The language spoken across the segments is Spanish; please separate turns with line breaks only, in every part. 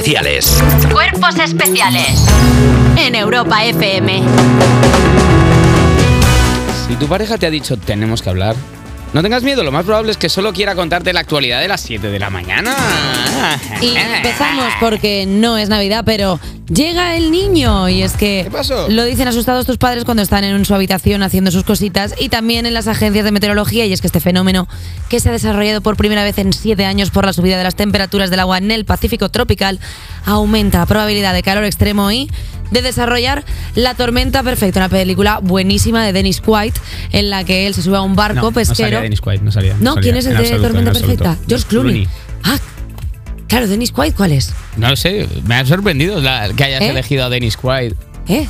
especiales.
Cuerpos especiales en Europa FM.
Si tu pareja te ha dicho tenemos que hablar, no tengas miedo, lo más probable es que solo quiera contarte la actualidad de las 7 de la mañana.
Y empezamos porque no es Navidad, pero llega el niño. Y es que
¿Qué pasó?
lo dicen asustados tus padres cuando están en su habitación haciendo sus cositas y también en las agencias de meteorología. Y es que este fenómeno que se ha desarrollado por primera vez en siete años por la subida de las temperaturas del agua en el Pacífico tropical aumenta la probabilidad de calor extremo y de desarrollar La Tormenta Perfecta, una película buenísima de Dennis White en la que él se sube a un barco
No, no
pesquero.
salía Dennis Quaid, no salía.
No,
salía,
¿quién es el
en
de
absoluto,
Tormenta
en absoluto.
Perfecta? George Clooney.
Clooney.
Ah, claro, Dennis Quaid, ¿cuál es?
No lo sé, me ha sorprendido la- que hayas
¿Eh?
elegido a Dennis Quaid.
¿Eh?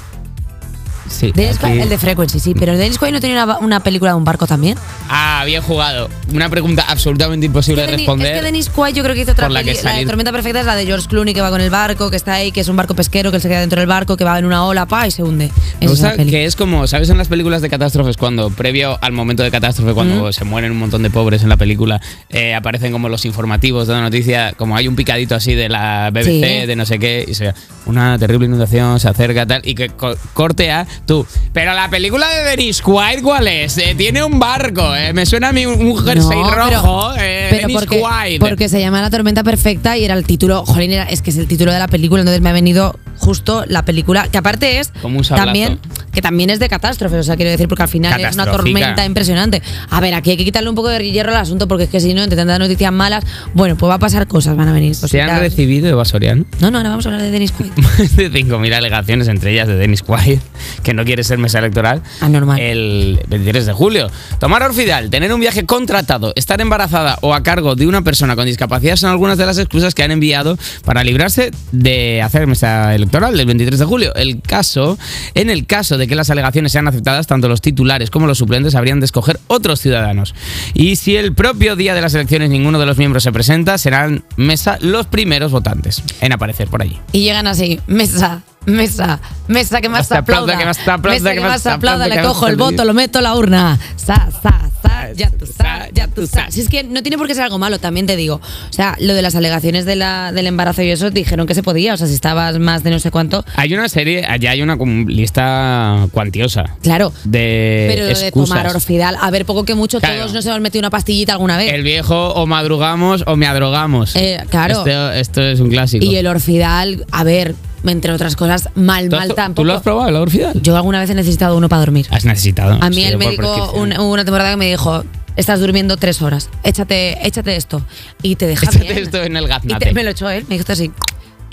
Sí.
Dennis Quaid,
aquí-
el de Frequency, sí, pero Dennis Quaid no tenía una, una película de un barco también.
Ah, bien jugado. Una pregunta absolutamente imposible de
Dennis-
responder.
Es que Dennis Quaid yo creo que hizo otra
por la que
peli- la de
salir.
Tormenta Perfecta es la de George Clooney que va con el barco, que está ahí, que es un barco pesquero, que él se queda dentro del barco, que va en una ola, pa, y se hunde.
Me
Esa es la
gusta
peli.
que es como, ¿sabes en las películas de catástrofes cuando, previo al momento de catástrofe, cuando se mueren un montón de pobres en la película, eh, aparecen como los informativos dando noticia, como hay un picadito así de la BBC,
Sí.
de no sé qué, y se, una terrible inundación se acerca tal, y que co- corte a tú. Pero la película de Dennis Quaid, ¿cuál es? Eh, tiene un barco, eh, me suena a mí un un jersey
No, pero-
rojo, eh,
pero
Dennis
porque,
Quaid.
porque se llama La Tormenta Perfecta y era el título, jolín, era- es que es el título de la película, entonces me ha venido justo la película, que aparte es
Como un sablazo.
también que también es de catástrofes, o sea, quiero decir, porque al final es una
Catastrófica.
tormenta impresionante. A ver, aquí hay que quitarle un poco de hierro al asunto, porque es que si no, intentan dar noticias malas, bueno, pues va a pasar cosas, van a venir.
¿Se han
cositas.
recibido evasorian?
No, no, no vamos a hablar de Dennis Quaid.
más de 5.000 alegaciones, entre ellas de Dennis Quaid, que no quiere ser mesa electoral.
Anormal.
El 23 de julio. Tomar Orfidal, tener un viaje contratado, estar embarazada o a cargo de una persona con discapacidad son algunas de las excusas que han enviado para librarse de hacer mesa electoral del 23 de julio. El caso, en el caso de que las alegaciones sean aceptadas, tanto los titulares como los suplentes habrían de escoger otros ciudadanos. Y si el propio día de las elecciones ninguno de los miembros se presenta, serán mesa los primeros votantes en aparecer por allí.
Y llegan así, mesa, mesa, mesa que más te
Más te aplauda,
aplauda,
que más te aplauda,
mesa que más te aplauda,
que
le
más
cojo
te
el
aplauda. Ah,
voto, lo meto en la urna, sa, sa, sa, ya tú sa, ya tú sa. Si es que no tiene por qué ser algo malo, también te digo, o sea, lo de las alegaciones de la- del embarazo y eso, dijeron que se podía, o sea, si estabas más de no sé cuánto,
Hay una serie, allá hay una cum- lista cuantiosa
claro,
de
pero lo de
Eh, excusas.
tomar orfidal, a ver, poco que mucho,
Claro.
todos nos hemos metido una pastillita alguna vez.
el viejo o madrugamos o me adrogamos.
Eh, claro.
Esto, esto es un clásico.
y el orfidal, a ver, entre otras cosas, mal,
¿Tú, has-
mal tampoco.
¿Tú lo has probado, el orfidal?
Yo alguna vez he necesitado uno para dormir.
Has necesitado.
A mí
sí,
el
por
médico
prescripción.
un- hubo una temporada que me dijo, estás durmiendo tres horas, échate, échate esto. Y te deja
Échate
bien.
esto en el
Y
gaznate.
te- me lo echó él, me dijo esto así.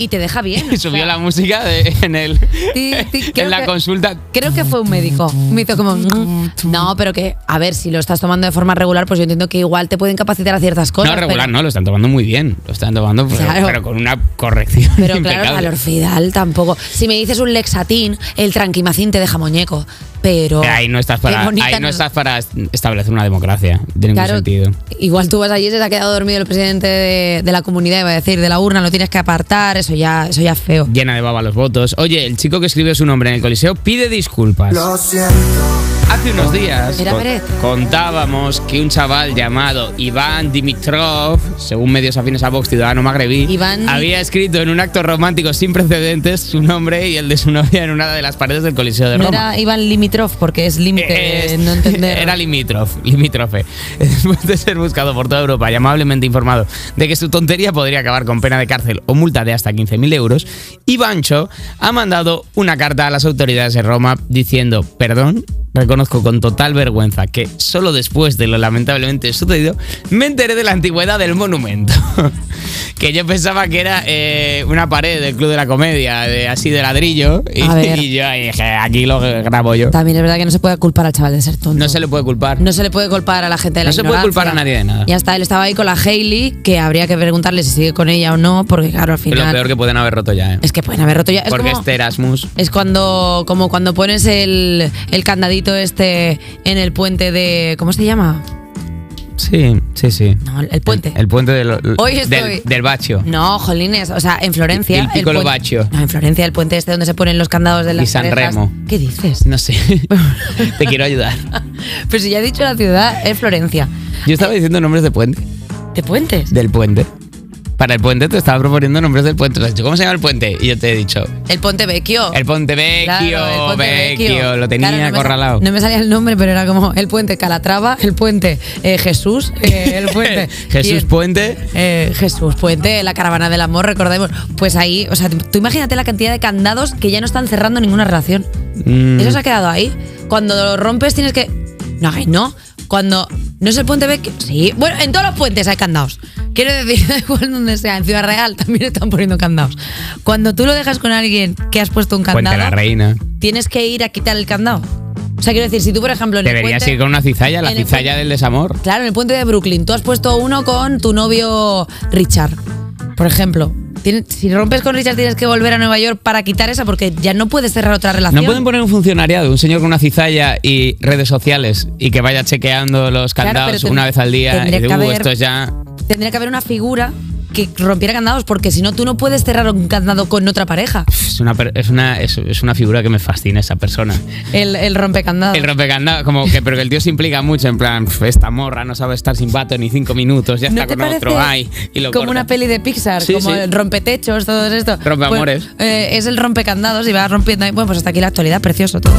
Y te deja bien.
Y
o
subió
sea,
la música de- en el
ti, ti, creo
en la
que-
consulta.
Creo que fue un médico. Me hizo como. "Mm". No, pero que, a ver, si lo estás tomando de forma regular, pues yo entiendo que igual te puede incapacitar a ciertas cosas.
No, regular,
pero-
no, lo están tomando muy bien. Lo están tomando, pero,
Claro.
pero con una corrección.
Pero claro,
impecable.
valor fidal tampoco. Si me dices un lexatín, el tranquimacín te deja muñeco. Pero.
Ahí no estás
qué
para,
bonita
ahí no
nos-
estás para establecer una democracia. De ningún
Claro,
sentido.
igual tú vas allí y se te ha quedado dormido el presidente de, de la comunidad, iba a decir, de la urna, lo tienes que apartar, eso ya, eso ya es feo.
llena de baba los votos. Oye, el chico que escribió su nombre en el coliseo pide disculpas.
Lo siento.
Hace unos días
Mira,
con-
Pérez.
contábamos que un chaval llamado Iván Dimitrov, según medios afines a Vox, ciudadano magrebí,
Iván-
había escrito en un acto romántico sin precedentes su nombre y el de su novia en una de las paredes del coliseo de
No
Roma.
era Iván Limitrov porque es límite,
Eh,
de no entender.
Era limítrof, limítrofe. Después de ser buscado por toda Europa y amablemente informado de que su tontería podría acabar con pena de cárcel o multa de hasta 15.000 euros, Ivancho ha mandado una carta a las autoridades de Roma diciendo, perdón, reconozco con total vergüenza que solo después de lo lamentablemente sucedido me enteré de la antigüedad del monumento. que yo pensaba que era eh, una pared del Club de la Comedia, de, así de ladrillo. Y,
A ver.
y yo ahí dije, aquí lo grabo yo.
También es verdad que no se puede culpar al chaval de ser tonto.
No se le puede culpar.
No se le puede culpar a la gente de la
No se puede
ignorancia.
culpar a nadie de nada.
Ya está, él estaba ahí con la Hailey, que habría que preguntarle si sigue con ella o no, porque claro, al
Es
final.
lo peor que pueden haber roto ya, ¿eh?
Es que pueden haber roto ya. Es
Porque
como-
este Erasmus.
Es cuando, como cuando pones el, el candadito este en el puente de. ¿Cómo se llama?
Sí, sí, sí.
No, el puente.
El, puente del,
Hoy estoy-
del, del bacho.
No, Jolines, o sea, en Florencia.
El Piccolo
puente-
Baccio.
No, en Florencia, el puente este donde se ponen los candados de las.
San
orejas.
Remo.
¿Qué dices?
No sé. Te quiero ayudar.
Pero si ya he dicho la ciudad, es Florencia.
Yo estaba diciendo nombres de puente.
¿De puentes?
Del puente. para el puente, te estaba proponiendo nombres del puente. Te has dicho, ¿cómo se llama el puente? Y yo te he dicho,
El Ponte Vecchio.
el Ponte Vecchio,
Claro, el Puente
Vecchio.
Vecchio.
Lo tenía
Claro, no me sa-
acorralado.
no me salía el nombre, pero era como el puente Calatrava, el puente eh, Jesús, eh, el puente.
Jesús
¿Quién?
Puente.
Eh, Jesús Puente, la caravana del amor, recordemos. Pues ahí, o sea, tú imagínate la cantidad de candados que ya no están cerrando ninguna relación.
Mm.
Eso se ha quedado ahí. Cuando lo rompes tienes que. No, ay, no. Cuando. ¿No es el puente Vecchio? Sí. Bueno, en todos los puentes hay candados. Quiero decir, da igual donde sea. En Ciudad Real también están poniendo candados. Cuando tú lo dejas con alguien que has puesto un
Puente
candado,
la Reina.
tienes que ir a quitar el candado. O sea, quiero decir, si tú, por ejemplo, en el
Deberías
puente-
ir con una cizalla, la
en el
cizalla
puente-
del desamor.
Claro, en el puente de Brooklyn. Tú has puesto uno con tu novio Richard, por ejemplo. Tienes- si rompes con Richard, tienes que volver a Nueva York para quitar esa porque ya no puedes cerrar otra relación.
¿No pueden poner un funcionariado, un señor con una cizalla y redes sociales y que vaya chequeando los
Claro,
candados
pero ten-
una vez al día? Y
tendría
de,
que
"Uh,
haber-
esto es ya.
Tendría que haber una figura que rompiera candados porque si no, tú no puedes cerrar un candado con otra pareja.
Es una, per- es, una, es, es una figura que me fascina esa persona.
El, el rompecandado.
El rompecandado, como que, pero que el tío se implica mucho, en plan, "Pf, esta morra no sabe estar sin vato ni cinco minutos, ya
¿No
está
te
con
parece
otro, ay, y lo
como
corta.
una peli de Pixar,
Sí,
como
sí.
el rompetechos, todo esto.
Rompeamores.
Pues, eh, es el rompecandados y va rompiendo ahí. Bueno, pues hasta aquí la actualidad, precioso todo.